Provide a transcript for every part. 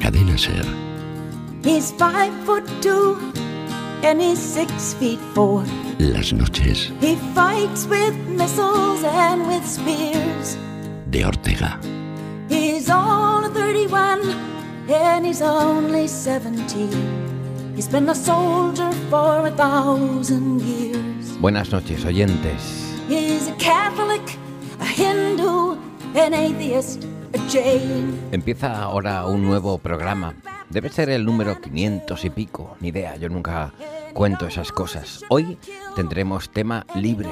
cáncer. He's five foot two and he's six feet four. Las noches He fights with missiles and with spears. de Ortega. He's only 31 and he's only 17. He's been a soldier for a thousand years. Buenas noches, oyentes. He's a Catholic, a Hindu, an atheist, a Jain. Empieza ahora un nuevo programa. Debe ser el número 500 y pico. Ni idea, yo nunca cuento esas cosas. Hoy tendremos tema libre.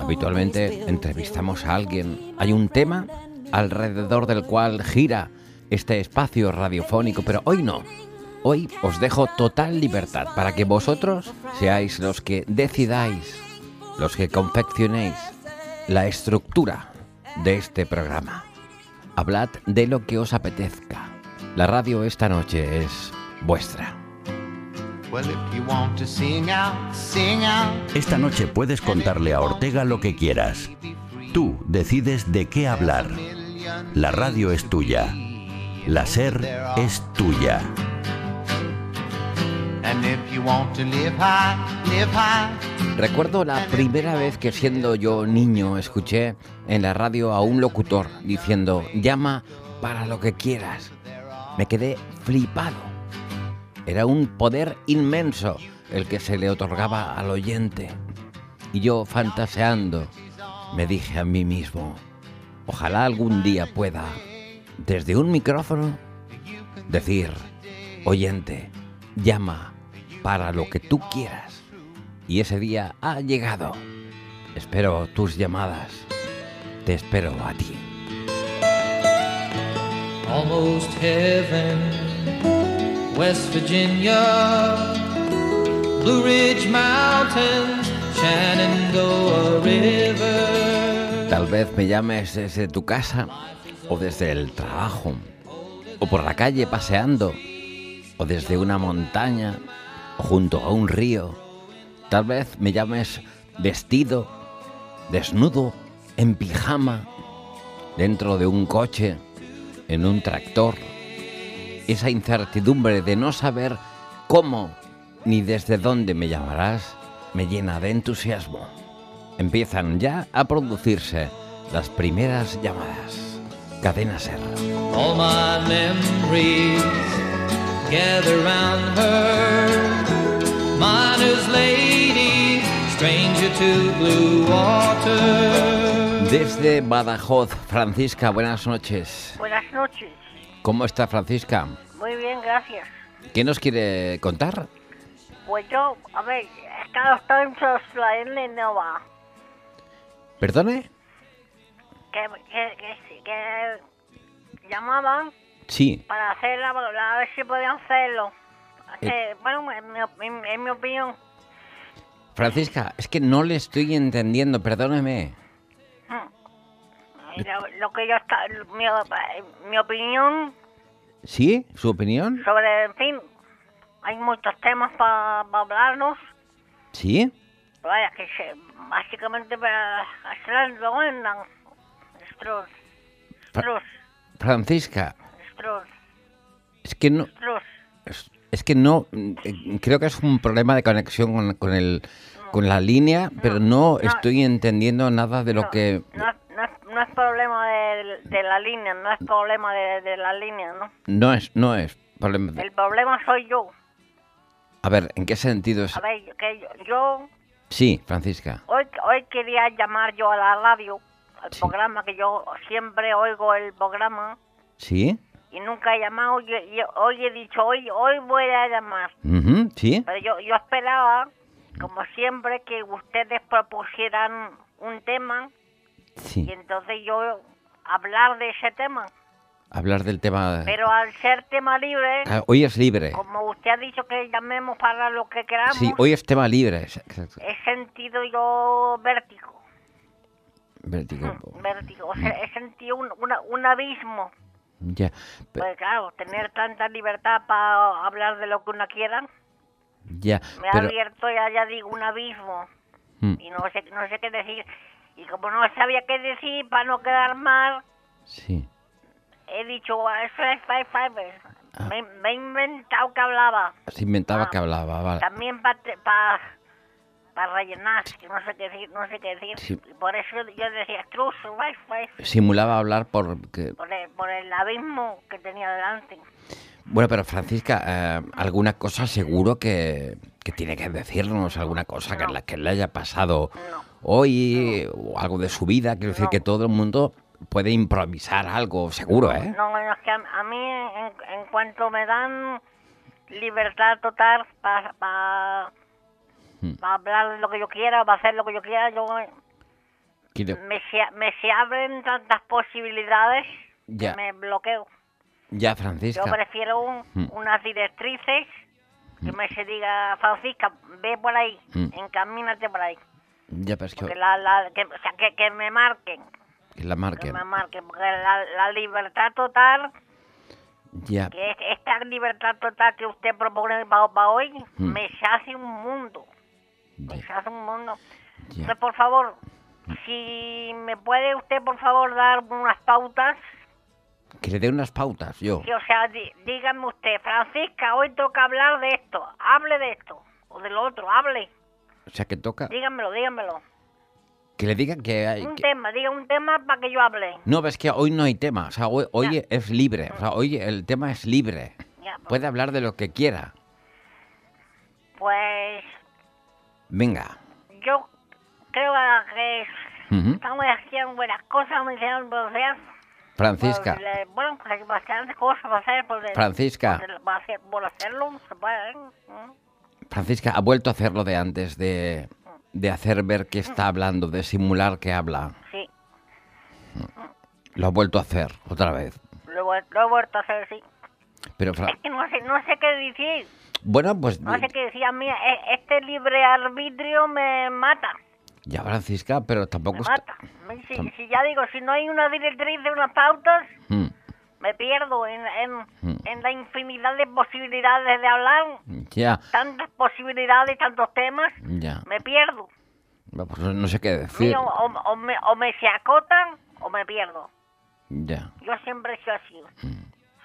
Habitualmente entrevistamos a alguien. Hay un tema alrededor del cual gira este espacio radiofónico, pero hoy no. Hoy os dejo total libertad para que vosotros seáis los que decidáis, los que confeccionéis la estructura de este programa. Hablad de lo que os apetezca. La radio esta noche es vuestra. Well, if you want to sing out, sing out. Esta noche puedes contarle a Ortega lo que quieras. Tú decides de qué hablar. La radio es tuya. La SER es tuya. And if you want to live high, live high. Recuerdo la primera vez que siendo yo niño escuché en la radio a un locutor diciendo, llama para lo que quieras. Me quedé flipado. Era un poder inmenso el que se le otorgaba al oyente. Y yo fantaseando, me dije a mí mismo, ojalá algún día pueda, desde un micrófono, decir, oyente, llama para lo que tú quieras. Y ese día ha llegado. Espero tus llamadas. Te espero a ti. almost heaven. West Virginia, Blue Ridge Mountains, Shenandoah River. Tal vez me llames desde tu casa o desde el trabajo o por la calle paseando o desde una montaña o junto a un río. Tal vez me llames vestido, desnudo, en pijama, dentro de un coche, en un tractor. Esa incertidumbre de no saber cómo ni desde dónde me llamarás me llena de entusiasmo. Empiezan ya a producirse las primeras llamadas. Cadena Ser. All my memories gather round her. Miner's lady, stranger to blue water. Desde Badajoz, Francisca, buenas noches. Buenas noches. ¿Cómo está Francisca? Muy bien, gracias. ¿Qué nos quiere contar? Pues yo, a ver, he estado tanto en la nueva. ¿Perdone? Que, que, que, que llamaban Sí. para hacerla, a ver si podían hacerlo. Que, bueno, en mi, op- en- en mi opinión. Francisca, es que no le estoy entendiendo, perdóneme. Lo, lo que yo está, mi, op- mi opinión ¿Sí? ¿Su opinión? sobre, en fin, hay muchos temas para hablarnos. ¿Sí? Vaya, que se, básicamente para hacerlo, andan. Struz, Pa- struz, Francisca, struz, es que no... struz. Es, es que no... eh, Creo que es un problema de conexión con, con el, con la línea, pero no estoy entendiendo nada de lo No, que... No, es- no es, no es problema de, de la línea, no es problema de, de la línea, ¿no? No es, no es problema de- El problema soy yo. A ver, ¿en qué sentido es...? A ver, que yo, yo- Sí, Francisca. hoy, hoy quería llamar yo a la radio, al Sí. programa que yo siempre oigo el programa ¿Sí? y nunca he llamado. Yo, yo- hoy he dicho, hoy, hoy voy a llamar. Ujú, ¿Sí? Pero yo, yo esperaba, como siempre, que ustedes propusieran un tema Sí. y entonces yo hablar de ese tema. Hablar del tema... Pero al ser tema libre... Ah, Hoy es libre. Como usted ha dicho que llamemos para lo que queramos, Sí, hoy es tema libre. es- exacto. he sentido yo vértigo. Vértigo. Vértigo. O sea, he sentido un, una- un abismo. Ya. pe- Pues claro, tener tanta libertad para hablar de lo que uno quiera, Ya. me ha Pero, abierto ya, ya digo, un abismo. Mm. Y no sé, no sé qué decir. Y como no sabía qué decir para no quedar mal, sí. he dicho, "Ah, eso es five five. Me, me he inventado que hablaba. Se inventaba Ah. que hablaba, vale. También para pa, pa rellenar, que no sé qué decir, no sé qué decir. Sí. Y por eso yo decía, truce, guay, guay, Simulaba hablar porque... por el, por el abismo que tenía ¿Eh? delante. Bueno, pero Francisca, eh, alguna cosa seguro que, que tiene que decirnos, alguna cosa que, la, que le haya pasado hoy o algo de su vida. Quiero decir No. que todo el mundo puede improvisar algo, seguro, ¿eh? No, bueno, es que a, a mí, en, en cuanto me dan libertad total para Hmm. hablar lo que yo quiera, para hacer lo que yo quiera, yo Quiero- me, se- me se abren tantas posibilidades Ya. que me bloqueo. Ya, Yo Francisca. prefiero un- Mm. unas directrices que me se diga, Francisca, ve por ahí, Mm. encamínate por ahí. Ya, pero es que, Que, la, la- que, o sea, que, que me marquen, que la que marquen. me marquen, porque la, la libertad total, Ya, que es- esta libertad total que usted propone para, hoy, Mm. me se hace un mundo, me ya, se hace un mundo. ya. Mm. Entonces, por favor, si me puede usted, por favor, dar unas pautas, Que le dé unas pautas, yo. Sí, o sea, di- dígame usted, Francisca, hoy toca hablar de esto, hable de esto, o del otro, hable, O sea, que toca... dígamelo, dígamelo. Que le digan que hay... Un que- tema, diga un tema para que yo hable. No, pero es que hoy no hay tema. O sea, hoy, hoy es libre. O sea, hoy el tema es libre. Ya, pues, Puede hablar de lo que quiera. pues, Venga. yo creo que Ujú. estamos haciendo buenas cosas, me hicieron buenas Francisca, Bueno, pues hay bastantes cosas para hacer, pues, por, Francisca, por, hacer, por hacerlo, se puede, ¿eh? ¿Mm? Francisca ha vuelto a hacer lo de antes de, de hacer ver que está hablando, de simular que habla. Sí, Lo ha vuelto a hacer otra vez. lo, he vuel- lo he vuelto a hacer, sí. Pero Fra- Es que no sé, no sé qué decir. bueno, pues No sé qué decía, mí este libre arbitrio me mata, ya Francisca, pero me tampoco está- mata. Si, si ya digo, si no hay una directriz de unas pautas, Mm, me pierdo en, en, en la infinidad de posibilidades de hablar, Ya, tantas posibilidades, tantos temas, ya. me pierdo. Pues no no sé qué decir. Mío, o, o me, o me se acotan o me pierdo. Ya. Yo siempre he sido así.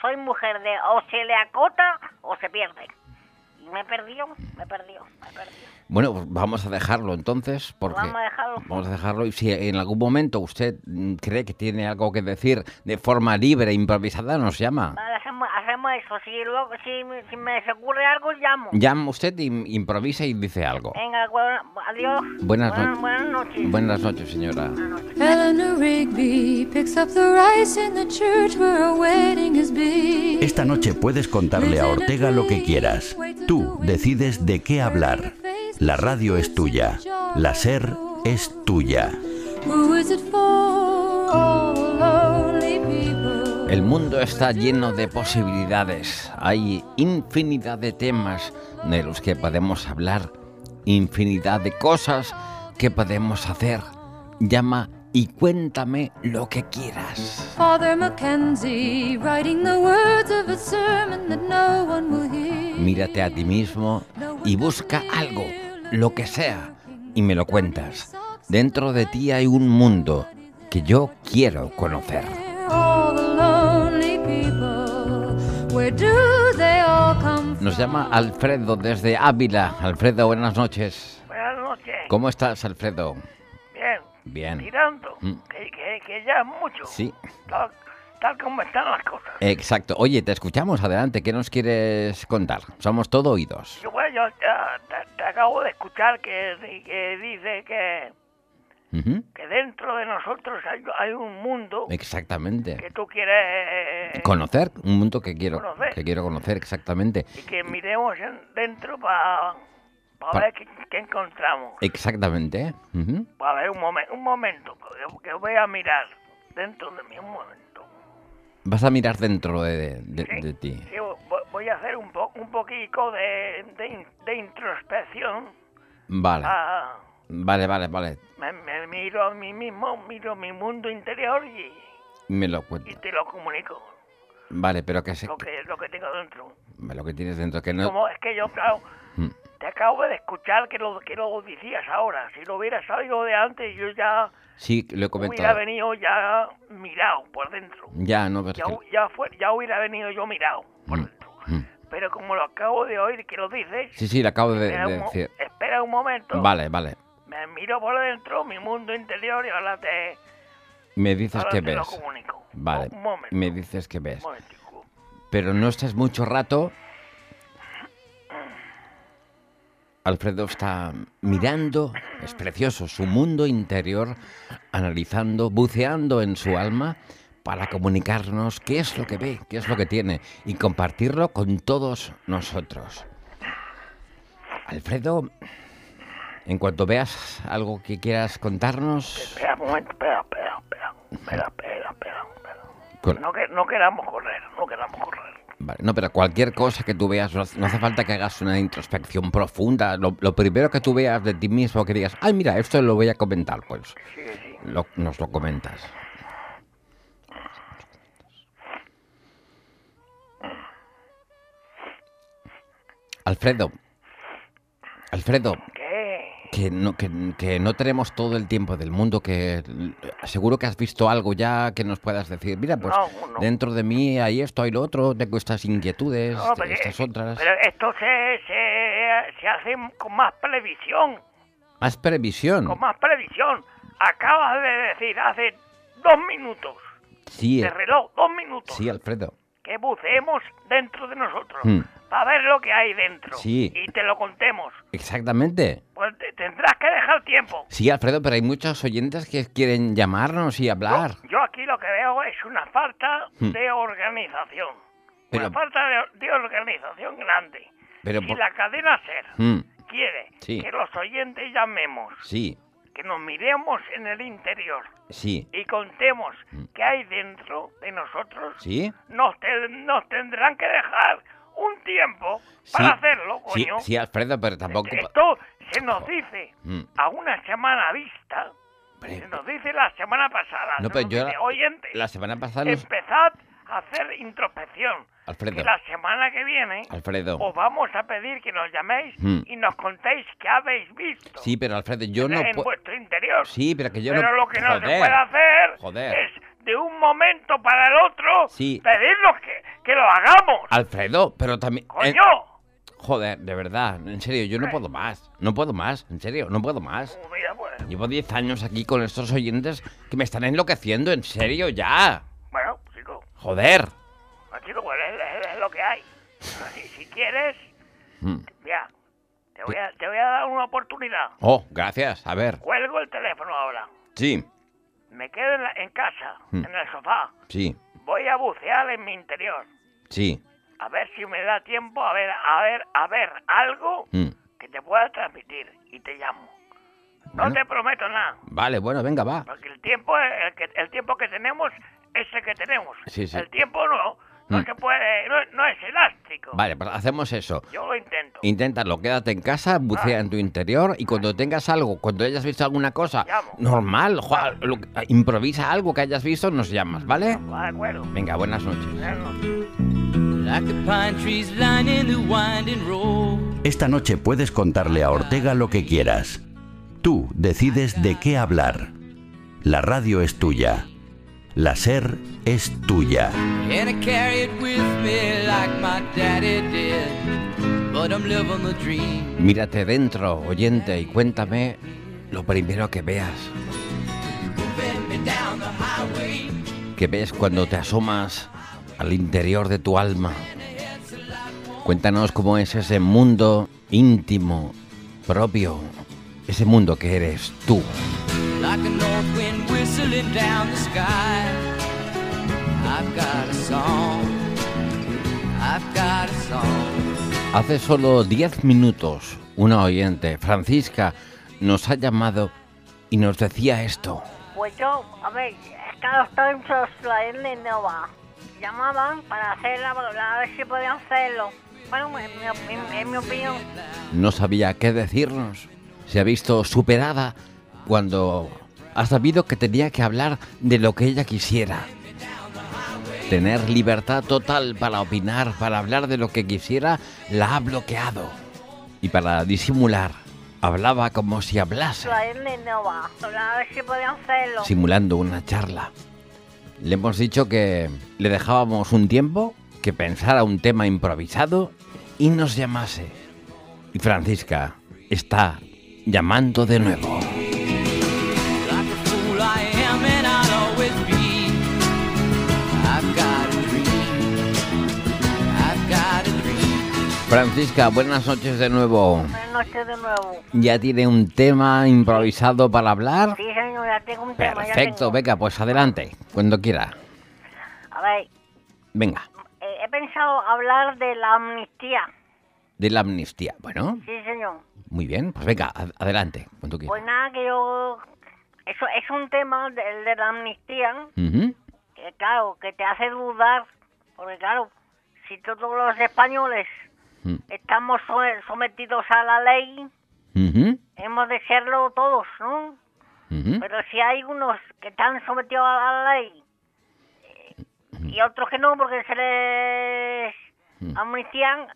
Soy mujer de o se le acota o se pierde. Y me perdió, me perdió, me perdió. Bueno, pues vamos a dejarlo entonces, porque Vamos a dejarlo. vamos a dejarlo. Y si en algún momento usted mm, cree que tiene algo que decir de forma libre, improvisada, nos llama. Vale, hacemos, hacemos eso. Si, luego, si, me- si me se ocurre algo, llamo. Llama usted, im- improvisa y dice algo. Venga, bueno, adiós. Buenas Buenas- noches. Buenas noches. Buenas noches, señora. Eleanor Rigby picks up the rice in the church where her wedding is big. Esta noche puedes contarle a Ortega lo que quieras. Tú decides de qué hablar. La radio es tuya. La SER es tuya. Who is it for? All the lonely people. El mundo está lleno de posibilidades. Hay infinidad de temas de los que podemos hablar, infinidad de cosas que podemos hacer. Llama y cuéntame lo que quieras. Father Mackenzie writing the words of a sermon that no one will hear. Mírate a ti mismo y busca algo, lo que sea, y me lo cuentas. Dentro de ti hay un mundo que yo quiero conocer. All the lonely people. Where do they all come from? Nos llama Alfredo desde Ávila. Alfredo, buenas noches. Buenas noches. ¿Cómo estás, Alfredo? Bien. Bien. Tirando. Mm. Que, que, que ya es mucho. Sí, Tal, tal como están las cosas. exacto. Oye, te escuchamos, adelante. ¿Qué nos quieres contar? Somos todo oídos. Yo, bueno, yo ya te, te acabo de escuchar que, di- que dice que, Ujú, que dentro de nosotros hay, hay un mundo que Exactamente. tú quieres eh, Conocer un mundo que quiero, Conocer. que quiero conocer, exactamente. y que miremos en- dentro para Pa- ver qué, qué encontramos. Exactamente. ujú. A ver, un, momen- un momento, que- que voy a mirar dentro de mí un momento. Vas a mirar dentro de, de- de ti. Sí, vo- vo- voy a hacer un, po- un poquito de, de, in- de introspección. Vale, Ah, vale, vale, vale. me, me miro a mí mismo, miro mi mundo interior y, Me lo y cuento. te lo comunico, Vale, pero que, se- lo que, lo que tengo dentro. lo que tienes dentro, que no... Como es que yo, claro, Mm. te acabo de escuchar que lo, que lo decías ahora. Si lo hubiera sabido de antes, yo ya Sí, lo he hubiera comentado. venido ya mirado por dentro. Ya, no, pero es Ya, que- hu- ya, fue, ya hubiera venido yo mirado por dentro. pero como lo acabo de oír que lo dices, Sí, sí, la acabo de, espera, de un, mo- decir. espera un momento. Vale, vale. Me miro por dentro, mi mundo interior, y ahora te, Me dices ahora que te lo ves. comunico. Vale. Un momento. Me dices que Un ves. momentico. Pero no estás mucho rato. Alfredo está mirando, es precioso, su mundo interior, analizando, buceando en su alma para comunicarnos qué es lo que ve, qué es lo que tiene y compartirlo con todos nosotros. Alfredo, en cuanto veas algo que quieras contarnos, Espera un momento, espera, espera, espera, espera, espera, espera. espera. con- No, que, no queramos correr, no queramos correr. Vale, no, pero cualquier cosa que tú veas, no hace no hace falta que hagas una introspección profunda. Lo, lo primero que tú veas de ti mismo, que digas, ay, mira, esto lo voy a comentar, pues Sí, sí. lo- nos lo comentas. Alfredo, Alfredo, ¿Qué? que no, que, que no tenemos todo el tiempo del mundo, que l- seguro que has visto algo ya que nos puedas decir, mira, pues No, no. dentro de mí hay esto, hay lo otro, tengo estas inquietudes, No, pero, Este, estas otras. pero esto se, se, se hace con más previsión, Haz previsión. con más previsión. Acabas de decir hace dos minutos, Sí, de eh, reloj, dos minutos, sí, Alfredo. que buceemos dentro de nosotros, Mm. para ver lo que hay dentro, Sí. y te lo contemos. Exactamente. Pues te- tendrás que dejar tiempo. Sí, Alfredo, pero hay muchos oyentes que quieren llamarnos y hablar. Yo aquí lo que veo es una falta Hmm. de organización. Pero- Una falta de, de organización grande. Pero si por- la cadena SER Mm, quiere Sí. que los oyentes llamemos, sí, que nos miremos en el interior sí, y contemos qué hay dentro de nosotros, Hmm. sí. nos, te- nos tendrán que dejar un tiempo sí, para hacerlo, sí, coño. sí, Alfredo, pero tampoco... Esto se nos dice Mm. a una semana vista. Hombre, Se nos dice la semana pasada. Eh, No, se pero nos yo dice, la- oyentes, la semana pasada nos- Empezad a hacer introspección. Alfredo. Que la Oh, semana que viene Alfredo. os vamos a pedir que nos llaméis Mm. y nos contéis qué habéis visto Sí, pero Alfredo, yo no en puedo... vuestro interior. Sí, pero que yo Pero no... lo que no se Joder, puede hacer joder. es de un momento para el otro Sí. pedirnos que, que lo hagamos. Alfredo, pero también... eh, ¡Coño! Joder, de verdad, en serio, yo no puedo más. No puedo más, en serio, no puedo más. Pues mira, pues, Llevo 10 años aquí con estos oyentes que me están enloqueciendo, en serio, ya. bueno, chico. Joder. Ah, chico, pues es, es- es lo que hay. Si, si quieres, Mm. mira, te voy, a, te voy a dar una oportunidad. Oh, gracias, a ver. Cuelgo el teléfono ahora. Sí, Me quedo en, la- en casa, Hmm. en el sofá. sí, Voy a bucear en mi interior. sí. A ver si me da tiempo a ver, a ver, a ver algo Mm. que te pueda transmitir. Y te llamo. No Bueno. te prometo nada. Vale, bueno, venga, va. Porque el tiempo, el que, el tiempo que tenemos es el que tenemos. Sí, sí. El tiempo no, no Mm. se puede, no, no es elástico. Vale, pues hacemos eso. Yo lo intento. Inténtalo, quédate en casa, bucea en tu interior y cuando tengas algo, cuando hayas visto alguna cosa Llamo. normal, jo- lo- improvisa algo que hayas visto, nos llamas, ¿vale? Va, de acuerdo. Venga, buenas noches. Buenas noches. Like the pine trees lining the winding road. Esta noche puedes contarle a Ortega lo que quieras. Tú decides de qué hablar. La radio es tuya. La SER es tuya. And I carry it with me like my daddy did. But I'm living the dream. Mírate dentro, oyente, y cuéntame lo primero que veas. Bend me down the highway. que ves cuando te asomas al interior de tu alma. Cuéntanos cómo es ese mundo íntimo, propio, ese mundo que eres tú. Like a north wind whistling down the sky. I've got a song. I've got a song. Hace solo 10 minutos, una oyente, Francisca, nos ha llamado y nos decía esto. Pues yo, a ver, he estado en Soslayel de Nova. Llamaban para hacerla, para ver si podían hacerlo. Bueno, en mi, opin- en mi opinión, No sabía qué decirnos. Se ha visto superada cuando ha sabido que tenía que hablar de lo que ella quisiera. Tener libertad total para opinar, para hablar de lo que quisiera, la ha bloqueado. Y para disimular, hablaba como si hablase, Soslayel de Nova. Para ver si podían hacerlo. simulando una charla. Le hemos dicho que le dejábamos un tiempo que pensara un tema improvisado y nos llamase. Y Francisca está llamando de nuevo. Like a fool I am and I'll always be. I've got a dream. I've got a dream. Francisca, buenas noches de nuevo. Buenas noches de nuevo. ¿Ya tiene un tema improvisado para hablar? Sí, señor, ya tengo un tema. ya Perfecto, tengo. venga, pues adelante, cuando quiera. A ver, Venga, eh, he pensado hablar de la amnistía. de la amnistía. Bueno, Sí, señor. muy bien, pues venga, ad- adelante, cuando quiera. Pues nada, que yo... Eso es un tema del de la amnistía, Ujú. que claro, que te hace dudar, porque claro, si todos los españoles Mm. estamos so- sometidos a la ley, Ujú. hemos de serlo todos, ¿no? Ujú. Pero si hay unos que están sometidos a la ley eh, Mm. y otros que no, porque se les amnistían,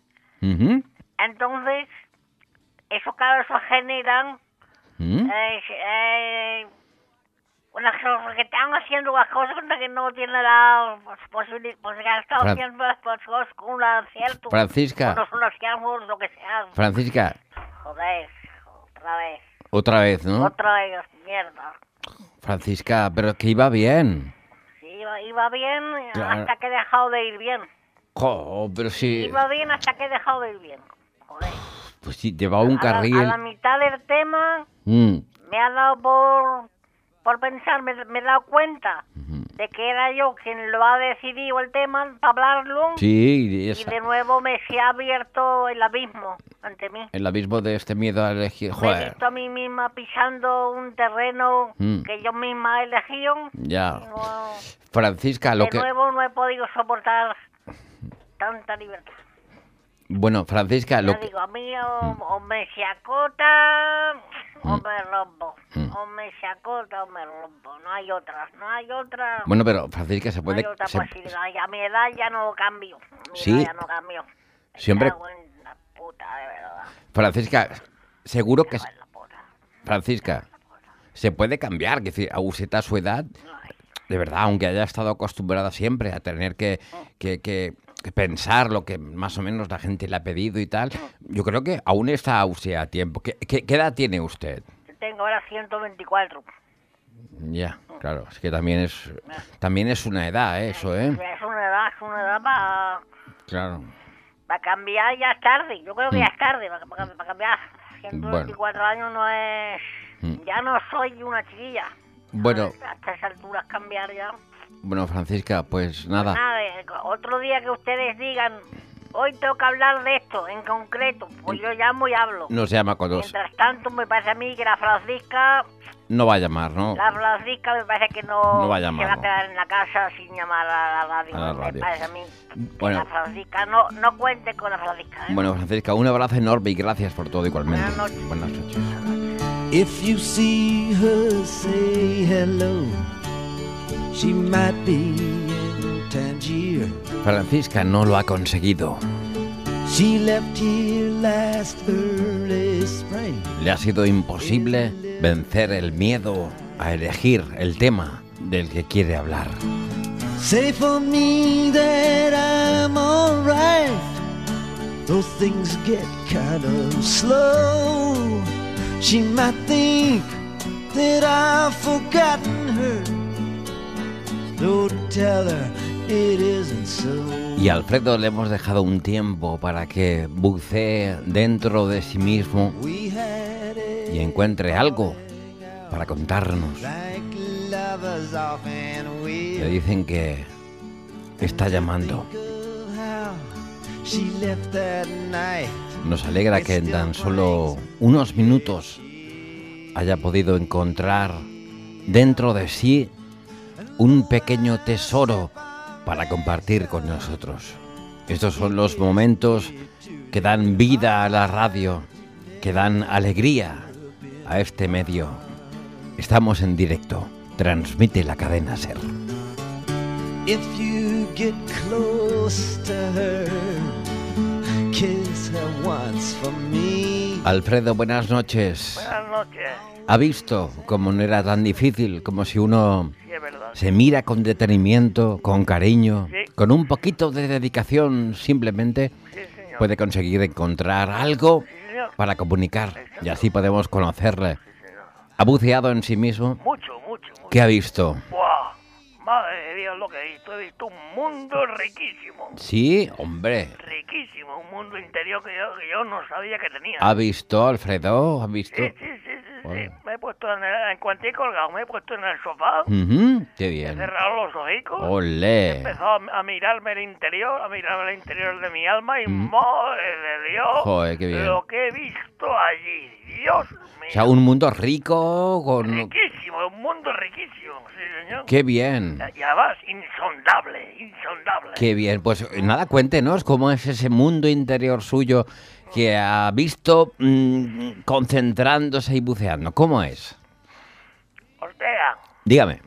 Ujú. entonces, esos casos generan Ujú. eh, eh, unas cosas que están haciendo las cosas que no tienen la posibilidad, porque han estado Fran- haciendo las cosas con un acierto. Francisca. Unos, unos ciervos, lo que sea. Francisca, Joder, otra vez, otra vez, ¿no? otra vez, mierda. Francisca, pero que iba bien. Sí, iba, iba bien Claro. hasta que he dejado de ir bien. Jo, pero si, Iba bien hasta que he dejado de ir bien. Joder. pues si llevaba un A la- carril. A, la mitad del tema Mm, me ha dado por, por pensar, me, me he dado cuenta de que era yo quien lo ha decidido el tema para hablarlo. Sí, y Y esa- de nuevo me se ha abierto el abismo ante mí. el abismo de este miedo a elegir. Me he Joder, visto a mí misma pisando un terreno Mm. que yo misma he elegido. ya. No, Francisca, lo de que. nuevo no he podido soportar tanta libertad. Bueno, Francisca, Ya lo que. Mm. digo, a mí o, o me se acota o me rompo. Mm. O me se acota o me rompo. No hay otra, no hay otra. Bueno, pero Francisca se no hay puede. otra se- posibilidad. Y a mi edad ya no cambio. A mi Sí. edad ya no cambio. Me Siempre- cago en la puta, de verdad. Francisca, seguro que. cago en la puta. Francisca, se puede cambiar. Que si, a usted a su edad, de verdad, aunque haya estado acostumbrada siempre a tener que, que- que- que pensar lo que más o menos la gente le ha pedido y tal, yo creo que aún está usted a tiempo. ¿Qué, qué- qué edad tiene usted? Yo tengo ahora 124. Ya, claro, es que también es, también es una edad ¿eh? eso, ¿eh? Ya Es una edad, es una edad para Claro. cambiar ya es tarde. Yo creo que Mm. ya es tarde para cambiar. 124 años no es... Ya no soy una chiquilla. Mm. Bueno, A estas alturas cambiar ya. bueno, Francisca, pues nada. Nada, eh, otro día que ustedes digan, hoy toca hablar de esto en concreto, Mm. pues yo llamo y hablo. No se llama cuando... Mientras tanto, me parece a mí que la Francisca, No va a llamar, ¿no? la Francisca me parece que no, No va a llamar, se va a no. quedar en la casa sin llamar a la radio. A la Me radio. parece a mí que Bueno. la Francisca, no, no cuente con la Francisca. ¿eh? Bueno, Francisca, un abrazo enorme y gracias por todo igualmente. Buenas noches. Buenas noches. If you see her, say hello. She might be in Tangier. Francisca no lo ha conseguido. She left here last early spring. Le ha sido imposible vencer el miedo a elegir el tema del que quiere hablar. Say for me that I'm alright. Though things get kind of slow, she might think that I've forgotten her. Don't tell her it isn't so. Y a Alfredo le hemos dejado un tiempo para que bucee dentro de sí mismo We had it y encuentre algo para contarnos. Like lovers off and we Le dicen que está llamando. how she left that night. Nos alegra que en tan solo unos minutos haya podido encontrar dentro de sí un pequeño tesoro para compartir con nosotros. Estos son los momentos que dan vida a la radio, que dan alegría a este medio. Estamos en directo. Transmite la cadena Ser. If you get close to her, kiss her once for me. Alfredo, buenas noches. Buenas noches. Ha visto como no era tan difícil, como si uno Sí, es verdad. se mira con detenimiento, con cariño, Sí, con un poquito de dedicación simplemente Sí, señor. puede conseguir encontrar algo Sí, señor. para comunicar y así podemos conocerle. Ha buceado en sí mismo. Mucho, mucho, mucho. ¿Qué ha visto? ¡Buah! Madre de Dios, lo que he visto. He visto un mundo riquísimo. Sí, hombre. Riquísimo. Un mundo interior que yo, que yo no sabía que tenía. ¿Ha visto, Alfredo? ¿Ha visto? Sí, sí, sí, sí, sí. Bueno. Me he puesto en, el, en cuanto he colgado, me he puesto en el sofá, Ujú, Qué he bien. cerrado los ojicos, he Olé. empezado a, a mirarme el interior, a mirarme el interior de mi alma y madre de Dios, Mm. Joder, qué bien. lo que he visto allí, Dios mío, O sea, un mundo rico con... riquísimo, un mundo riquísimo, sí señor. Qué bien. Y además, insondable, insondable. Qué bien, pues eh, nada, cuéntenos cómo es ese mundo interior suyo que ha visto mm, concentrándose y buceando. ¿Cómo es? Ortega, Dígame,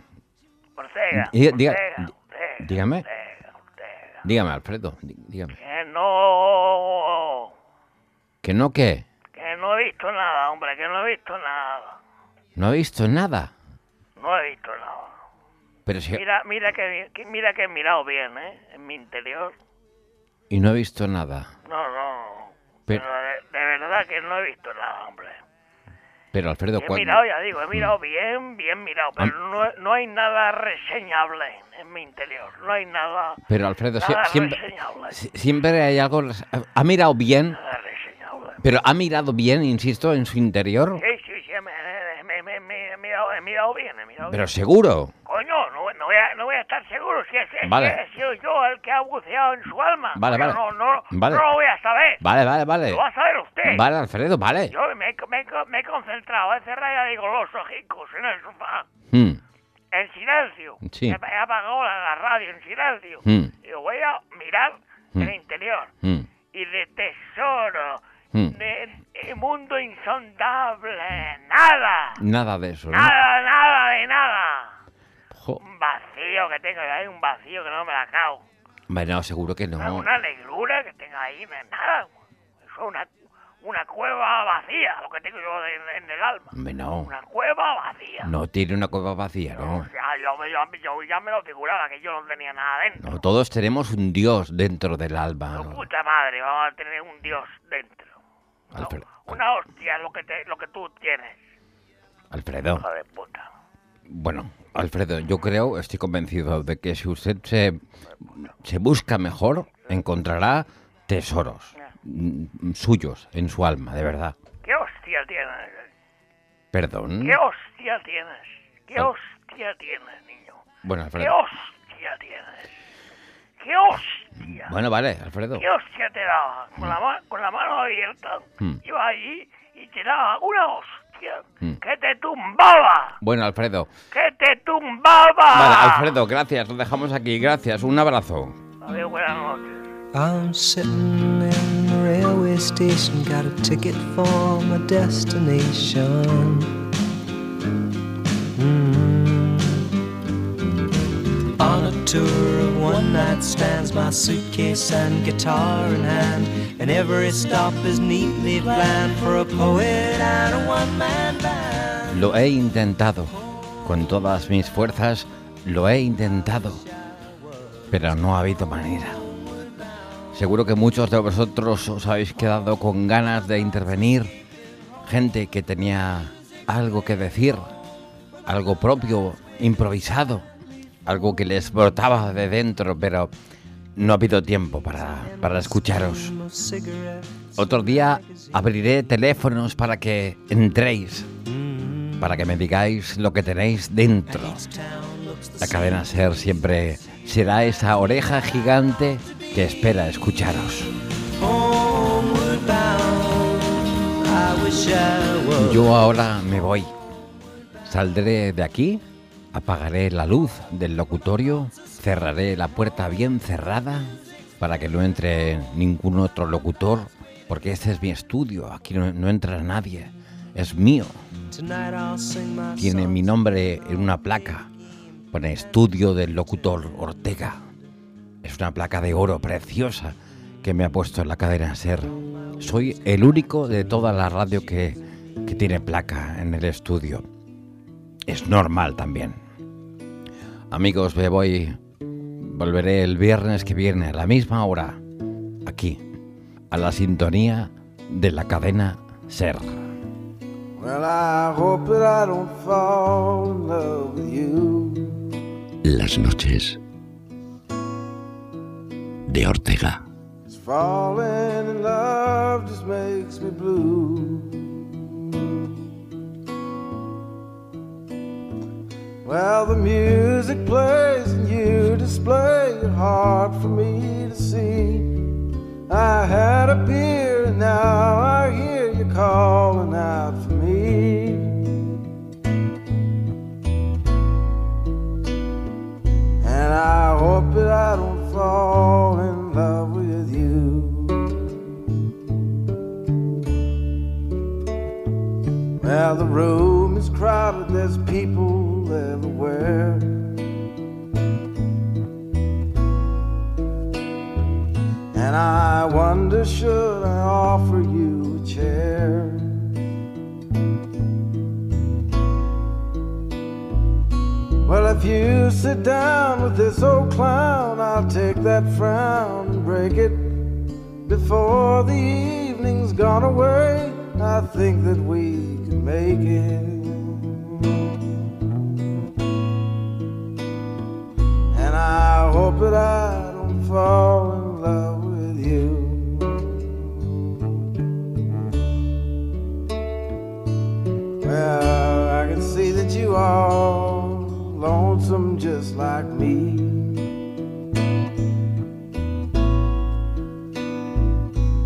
Ortega, Diga- diga- Ortega, Ortega, dígame. Ortega, Ortega. dígame, Alfredo, dí- dígame. Que Eh, no, ¿Que no qué? que no he visto nada, hombre, que no he visto nada. No ha visto nada. No he visto nada. Pero si... Mira, mira que, que- mira que he mirado bien, ¿eh? En mi interior. Y no ha visto nada. No, no. Pero- Pero, de, de verdad que no he visto nada, hombre. Pero Mm. Alfredo, He cuan- mirado, ya digo, he mirado bien, bien mirado, pero no, no hay nada reseñable en mi interior. No hay nada, Pero Alfredo, sie- nada siempre, reseñable. si- siempre hay algo... res- Ha mirado bien, Nada reseñable. pero ha mirado bien, insisto, en su interior. Sí, sí, sí, me, me- me- me- he, mirado, he mirado bien, he mirado Pero bien. seguro. Coño, no, no voy a, no voy a estar seguro si es, es Vale. que he sido yo el que ha buceado en su alma. Vale, Coño, vale. No, no, Vale. no lo voy a saber. Vale, vale, vale. Lo va a saber usted. Vale, Alfredo, vale. Yo me, he- me he co- me he concentrado, he cerrado ya digo los ojicos en el sofá, Mm, en silencio. Sí. He, he apagado la, la radio en silencio. Mm. Y voy a mirar Mm. el interior. mm. Y de tesoro, Mm. de, de mundo insondable, nada. Nada de eso, ¿no? Nada, nada de nada. Jo. Un vacío que tengo ahí, un vacío que no me la acabo. Ah, Bueno, seguro que no. Una negrura que tenga ahí, no es nada. Eso es una, una cueva vacía, lo que tengo yo en, en el alma. Hombre, no. Una cueva vacía. No tiene una cueva vacía, O ¿no? sea, yo, me- yo- yo ya me lo figuraba que yo no tenía nada dentro. No, todos tenemos un dios dentro del alma. ¿no? Puta madre, vamos a tener un dios dentro. No, Alfredo, una hostia lo que te, lo que tú tienes. Alfredo. Joder, puta. Bueno, Alfredo, yo creo, estoy convencido de que si usted se, se busca mejor, encontrará tesoros mm, suyos en su alma, de verdad. ¿Qué hostia tienes? Perdón. Mm. ¿Qué hostia tienes? ¿Qué Ah. hostia tienes, niño? Bueno, ¿Qué Alfredo. hostia tienes? ¿Qué hostia? Bueno, vale, Alfredo. ¿Qué hostia te daba? Con la, ma- con la mano abierta, Hmm. iba allí y te daba una hostia que te tumbaba, Bueno, Alfredo. que te tumbaba. Vale, Alfredo, gracias. Lo dejamos aquí. Gracias. Un abrazo. Adiós, buenas noches. I'm sitting in the railway station, got a ticket for my destination. Mm. On a tour of one night stands, my suitcase and guitar in hand, and every stop is neatly planned for a poet and a one man band. Lo he intentado. Con todas mis fuerzas lo he intentado. Pero no ha habido manera. Seguro que muchos de vosotros os habéis quedado con ganas de intervenir. Gente que tenía algo que decir, algo propio, improvisado, algo que les brotaba de dentro, pero no ha habido tiempo para, para escucharos. Otro día abriré teléfonos para que entréis para que me digáis lo que tenéis dentro. La cadena Ser siempre será esa oreja gigante que espera escucharos. Homeward bound, I wish I was. Yo ahora me voy. Saldré de aquí, apagaré la luz del locutorio, cerraré la puerta bien cerrada para que no entre ningún otro locutor, porque este es mi estudio, aquí no, no entra nadie, es mío. Tonight I'll sing my tiene mi nombre en una placa. Pone estudio del locutor Ortega. Es una placa de oro preciosa que me ha puesto en la cadena Ser. Soy el único de toda la radio que, que tiene placa en el estudio. Es normal también. Amigos, me voy Volveré el viernes que viene a la misma hora, aquí, a la sintonía de la cadena Ser. Well, I hope that I don't fall in love with you. Las noches de Ortega. Cause falling in love just makes me blue. Well, the music plays and you display your heart for me to see. I had a beer and now I hear you calling out for me. And I hope that I don't fall in love with you. Well, the room is crowded, there's people everywhere. And I wonder, should I offer you a chair? Well, if you sit down with this old clown, I'll take that frown and break it before the evening's gone away. I think that we can make it. And I hope that I don't fall in love with you. Well, I can see that you are lonesome just like me.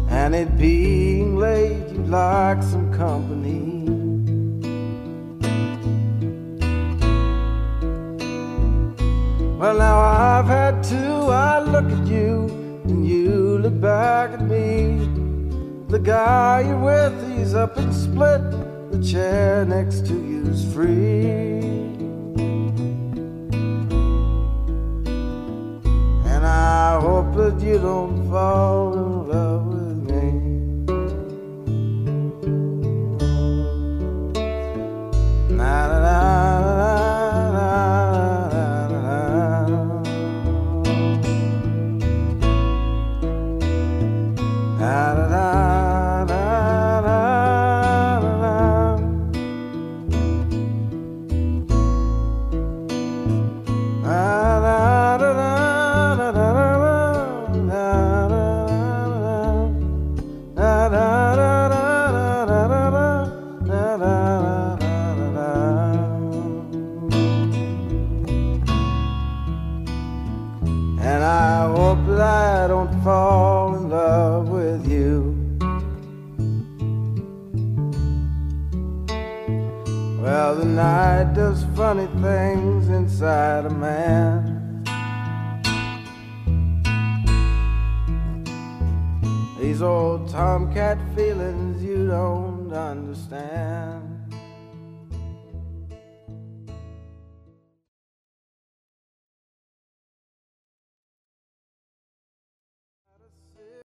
And it being late, you'd like some company. Well, now I've had two. I look at you, and you look back at me. The guy you're with, he's up and split. The chair next to you's free. And I hope that you don't fall in love with me. Na na na na na na na na na na na na. And I hope that I don't fall in love with you. Well, the night does funny things inside a man. These old tomcat feelings you don't understand.